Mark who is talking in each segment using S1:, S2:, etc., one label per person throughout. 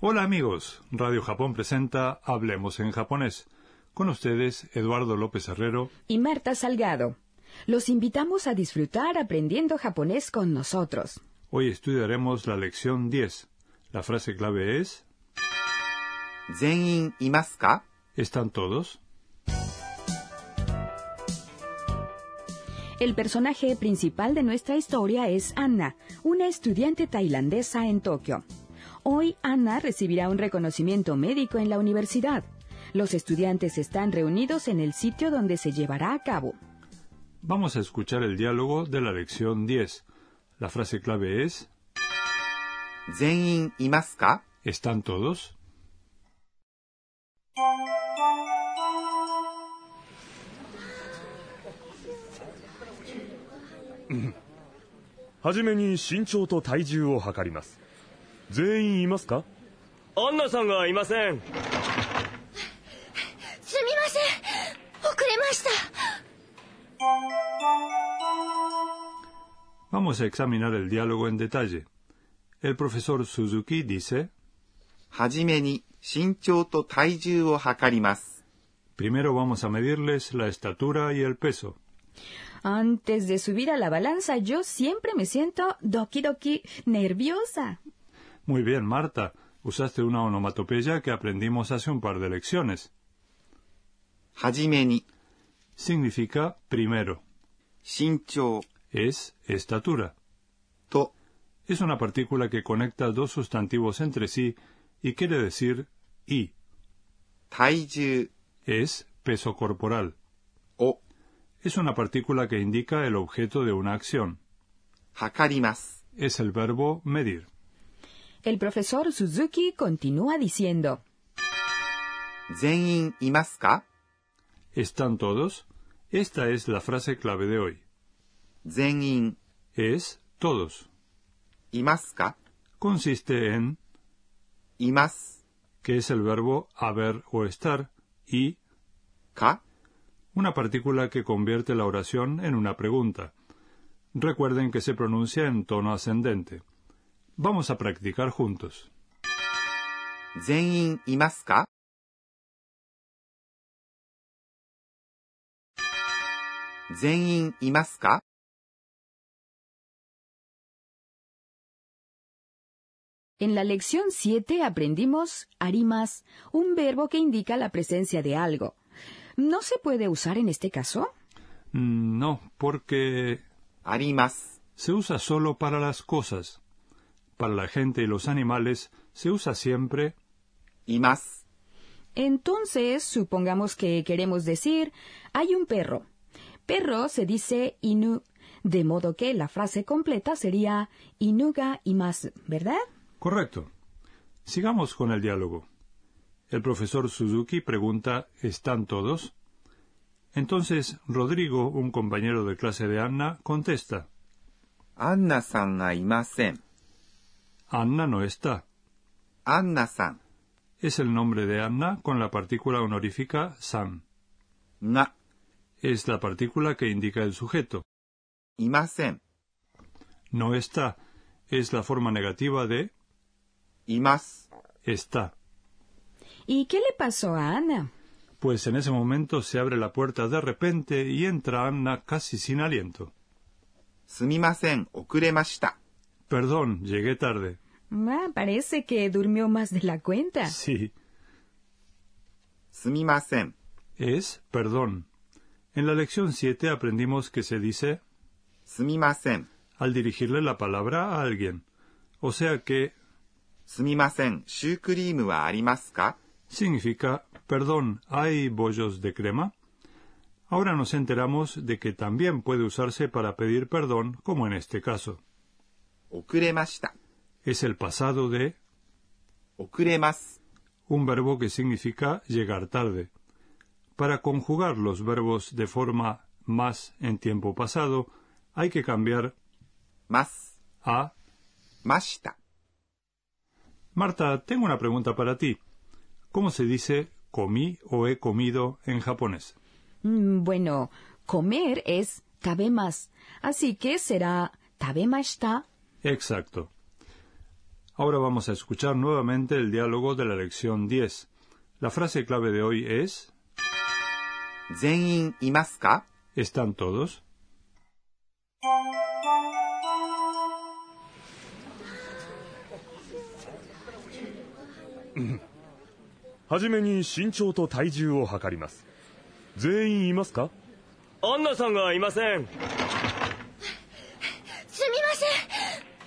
S1: Hola amigos, Radio Japón presenta Hablemos en japonés. Con ustedes, Eduardo López Herrero.
S2: y Marta Salgado. Los invitamos a disfrutar aprendiendo japonés con nosotros.
S1: Hoy estudiaremos la lección 10. La frase clave es
S3: 全員いますか
S1: ¿Están todos?
S2: El personaje principal de nuestra historia es Anna, una estudiante tailandesa en Tokio. Hoy Anna recibirá un reconocimiento médico en la universidad. Los estudiantes están reunidos en el sitio donde se llevará a cabo.
S1: Vamos a escuchar el diálogo de la lección 10. La frase clave es
S3: 全員いますか
S1: ¿Están todos?
S4: はじめに身長と体重を測ります全員いますか
S5: アンナさんがいません
S6: すみません遅れました
S1: Vamos a examinar el diálogo en detalle. El profesor Suzuki dice,
S3: はじめに身長と体重を測ります。
S1: primero vamos a medirles la estatura y el peso.
S2: Antes de subir a la balanza yo siempre me siento doki doki nerviosa.
S1: Muy bien, Marta. Usaste una onomatopeya que aprendimos hace un par de lecciones.
S3: はじめに
S1: Significa primero.
S3: 身長
S1: Es estatura.
S3: と
S1: Es una partícula que conecta dos sustantivos entre sí y quiere decir y.
S3: 体重
S1: Es peso corporal.
S3: を
S1: Es una partícula que indica el objeto de una acción.
S3: 測ります。
S1: Es el verbo medir.
S2: El profesor Suzuki continúa diciendo.
S3: 全員いますか
S1: ¿Están todos? Esta es la frase clave de hoy.
S3: 全員
S1: Es todos.
S3: いますか
S1: Consiste en
S3: います。
S1: que es el verbo haber o estar y
S3: か
S1: una partícula que convierte la oración en una pregunta. Recuerden que se pronuncia en tono ascendente. Vamos a practicar juntos.
S3: 全員いますか全員いますか
S2: En la lección 7 aprendimos arimas, un verbo que indica la presencia de algo. ¿No se puede usar en este caso?
S1: Mm, No, porque
S3: あります。
S1: se usa solo para las cosas. Para la gente y los animales se usa siempre
S3: います。
S2: Entonces, supongamos que queremos decir hay un perro. Perro se dice inu, de modo que la frase completa sería inuga imasu, ¿verdad?
S1: correcto. Sigamos con el diálogo. El profesor Suzuki pregunta ¿Están todos? Entonces Rodrigo, un compañero de clase de Anna, contesta
S3: アンナさんがいません。
S1: Anna no está.
S3: アンナさ
S1: Es el nombre de Anna con la partícula honorífica san.
S3: んが
S1: Es la partícula que indica el sujeto.
S3: いません。
S1: No está. Es la forma negativa de
S3: います。
S1: está.
S2: ¿Y qué le pasó a Ana?
S1: Pues en ese momento se abre la puerta de repente y entra Anna casi sin aliento.
S3: すみません、遅れました。
S1: Perdón, llegué tarde.
S2: Ah, parece que durmió más de la cuenta.
S1: Sí.
S3: すみません、
S1: Es perdón. En la lección 7 aprendimos que se dice
S3: すみません、
S1: al dirigirle la palabra a alguien. O sea que
S3: すみません、シュークリームはありますか
S1: significa perdón, ¿hay bollos de crema? Ahora nos enteramos de que también puede usarse para pedir perdón, como en este caso.
S3: 遅れました。
S1: Es el pasado de
S3: 遅れます。
S1: un verbo que significa llegar tarde. Para conjugar los verbos de forma más en tiempo pasado, hay que cambiar
S3: ます。
S1: a
S3: ました。
S1: Marta, tengo una pregunta para ti. ¿Cómo se dice comí o he comido en japonés?
S2: Mm, Bueno, comer es tabemas, así que será tabemashita.
S1: Exacto. Ahora vamos a escuchar nuevamente el diálogo de la lección 10. La frase clave de hoy es
S3: 全員いますか
S1: ¿Están todos?
S4: はじめに身長と体重を測ります。全員いますか
S5: アンナさんがいません
S6: すみません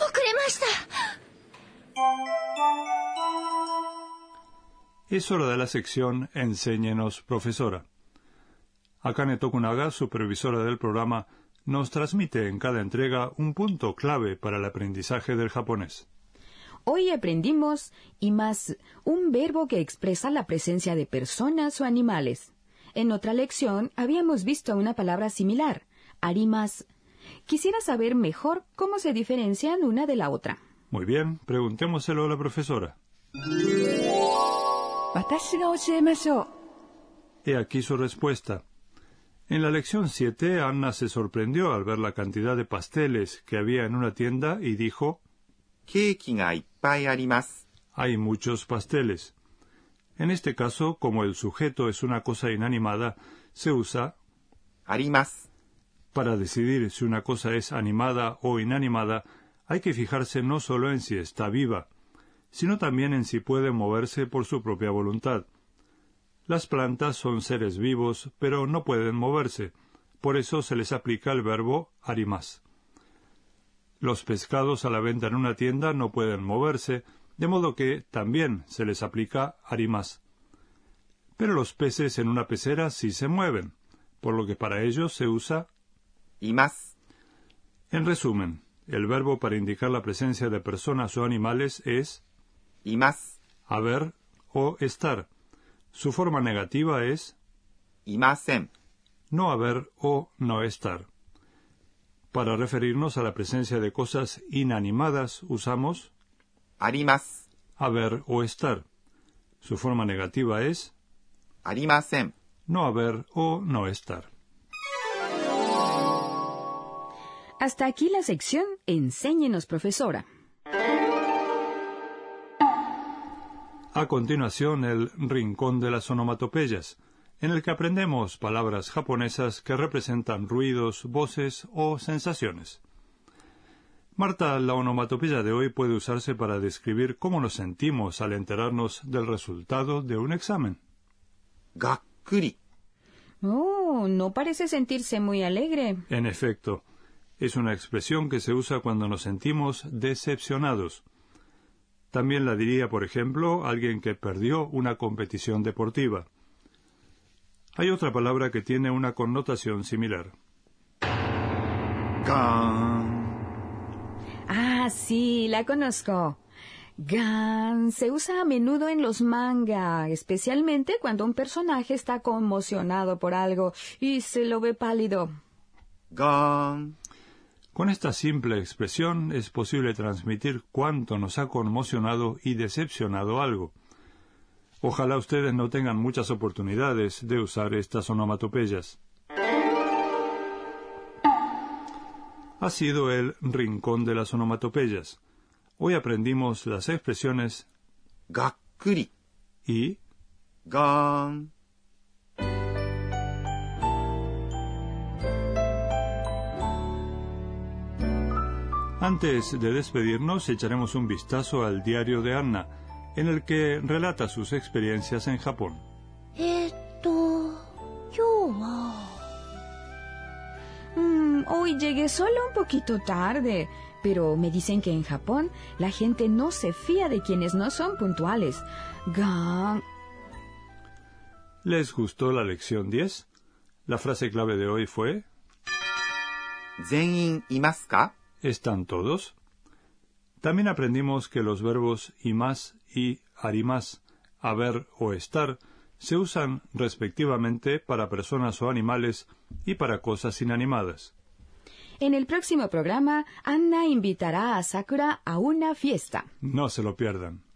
S6: 遅れました
S1: Es hora de la sección Enséñenos, profesora. Akane Tokunaga, supervisora del programa, nos transmite en cada entrega un punto clave para el aprendizaje del japonés.
S2: Hoy aprendimos y más un verbo que expresa la presencia de personas o animales. En otra lección habíamos visto una palabra similar, arimas. Quisiera saber mejor cómo se diferencian una de la otra.
S1: Muy bien, preguntémoselo a la profesora. He aquí su respuesta. En la lección 7, Anna se sorprendió al ver la cantidad de pasteles que había en una tienda y dijo,
S3: ケーキがいっぱいあります。
S1: hay muchos pasteles. En este caso, como el sujeto es una cosa inanimada, se usa
S3: あります。
S1: para decidir si una cosa es animada o inanimada, hay que fijarse no solo en si está viva, sino también en si puede moverse por su propia voluntad. Las plantas son seres vivos, pero no pueden moverse, por eso se les aplica el verbo arimas. Los pescados a la venta en una tienda no pueden moverse, de modo que también se les aplica arimas. Pero los peces en una pecera sí se mueven, por lo que para ellos se usa
S3: います。
S1: en resumen, el verbo para indicar la presencia de personas o animales es
S3: います。
S1: haber o estar. Su forma negativa es
S3: いません。
S1: no haber o no estar. Para referirnos a la presencia de cosas inanimadas usamos
S3: あります。
S1: haber o estar. Su forma negativa es
S3: ありません。
S1: no haber o no estar.
S2: Hasta aquí la sección Enséñenos, profesora.
S1: A continuación, el Rincón de las Onomatopeyas, en el que aprendemos palabras japonesas que representan ruidos, voces o sensaciones. Marta, la onomatopeya de hoy puede usarse para describir cómo nos sentimos al enterarnos del resultado de un examen.
S3: がっくり。
S2: Oh, no parece sentirse muy alegre.
S1: En efecto, es una expresión que se usa cuando nos sentimos decepcionados. También la diría, por ejemplo, alguien que perdió una competición deportiva. Hay otra palabra que tiene una connotación similar.
S3: がーん。
S2: Ah, sí, la conozco. Gan se usa a menudo en los manga, especialmente cuando un personaje está conmocionado por algo y se lo ve pálido.
S3: がーん。
S1: Con esta simple expresión es posible transmitir cuánto nos ha conmocionado y decepcionado algo. Ojalá ustedes no tengan muchas oportunidades de usar estas onomatopeyas. Ha sido el rincón de las onomatopeyas. Hoy aprendimos las expresiones
S3: がっくり。
S1: y
S3: がーん。
S1: Antes de despedirnos, echaremos un vistazo al diario de Anna, en el que relata sus experiencias en Japón.
S6: えーっと今日は
S2: Mm, hoy llegué solo un poquito tarde, pero me dicen que en Japón la gente no se fía de quienes no son puntuales. Gan.
S1: ¿Les gustó la lección 10? La frase clave de hoy fue
S3: 全員いますか
S1: ¿Están todos? También aprendimos que los verbos imás y arimás, haber o estar, se usan respectivamente para personas o animales y para cosas inanimadas.
S2: En el próximo programa, Anna invitará a Sakura a una fiesta.
S1: No se lo pierdan.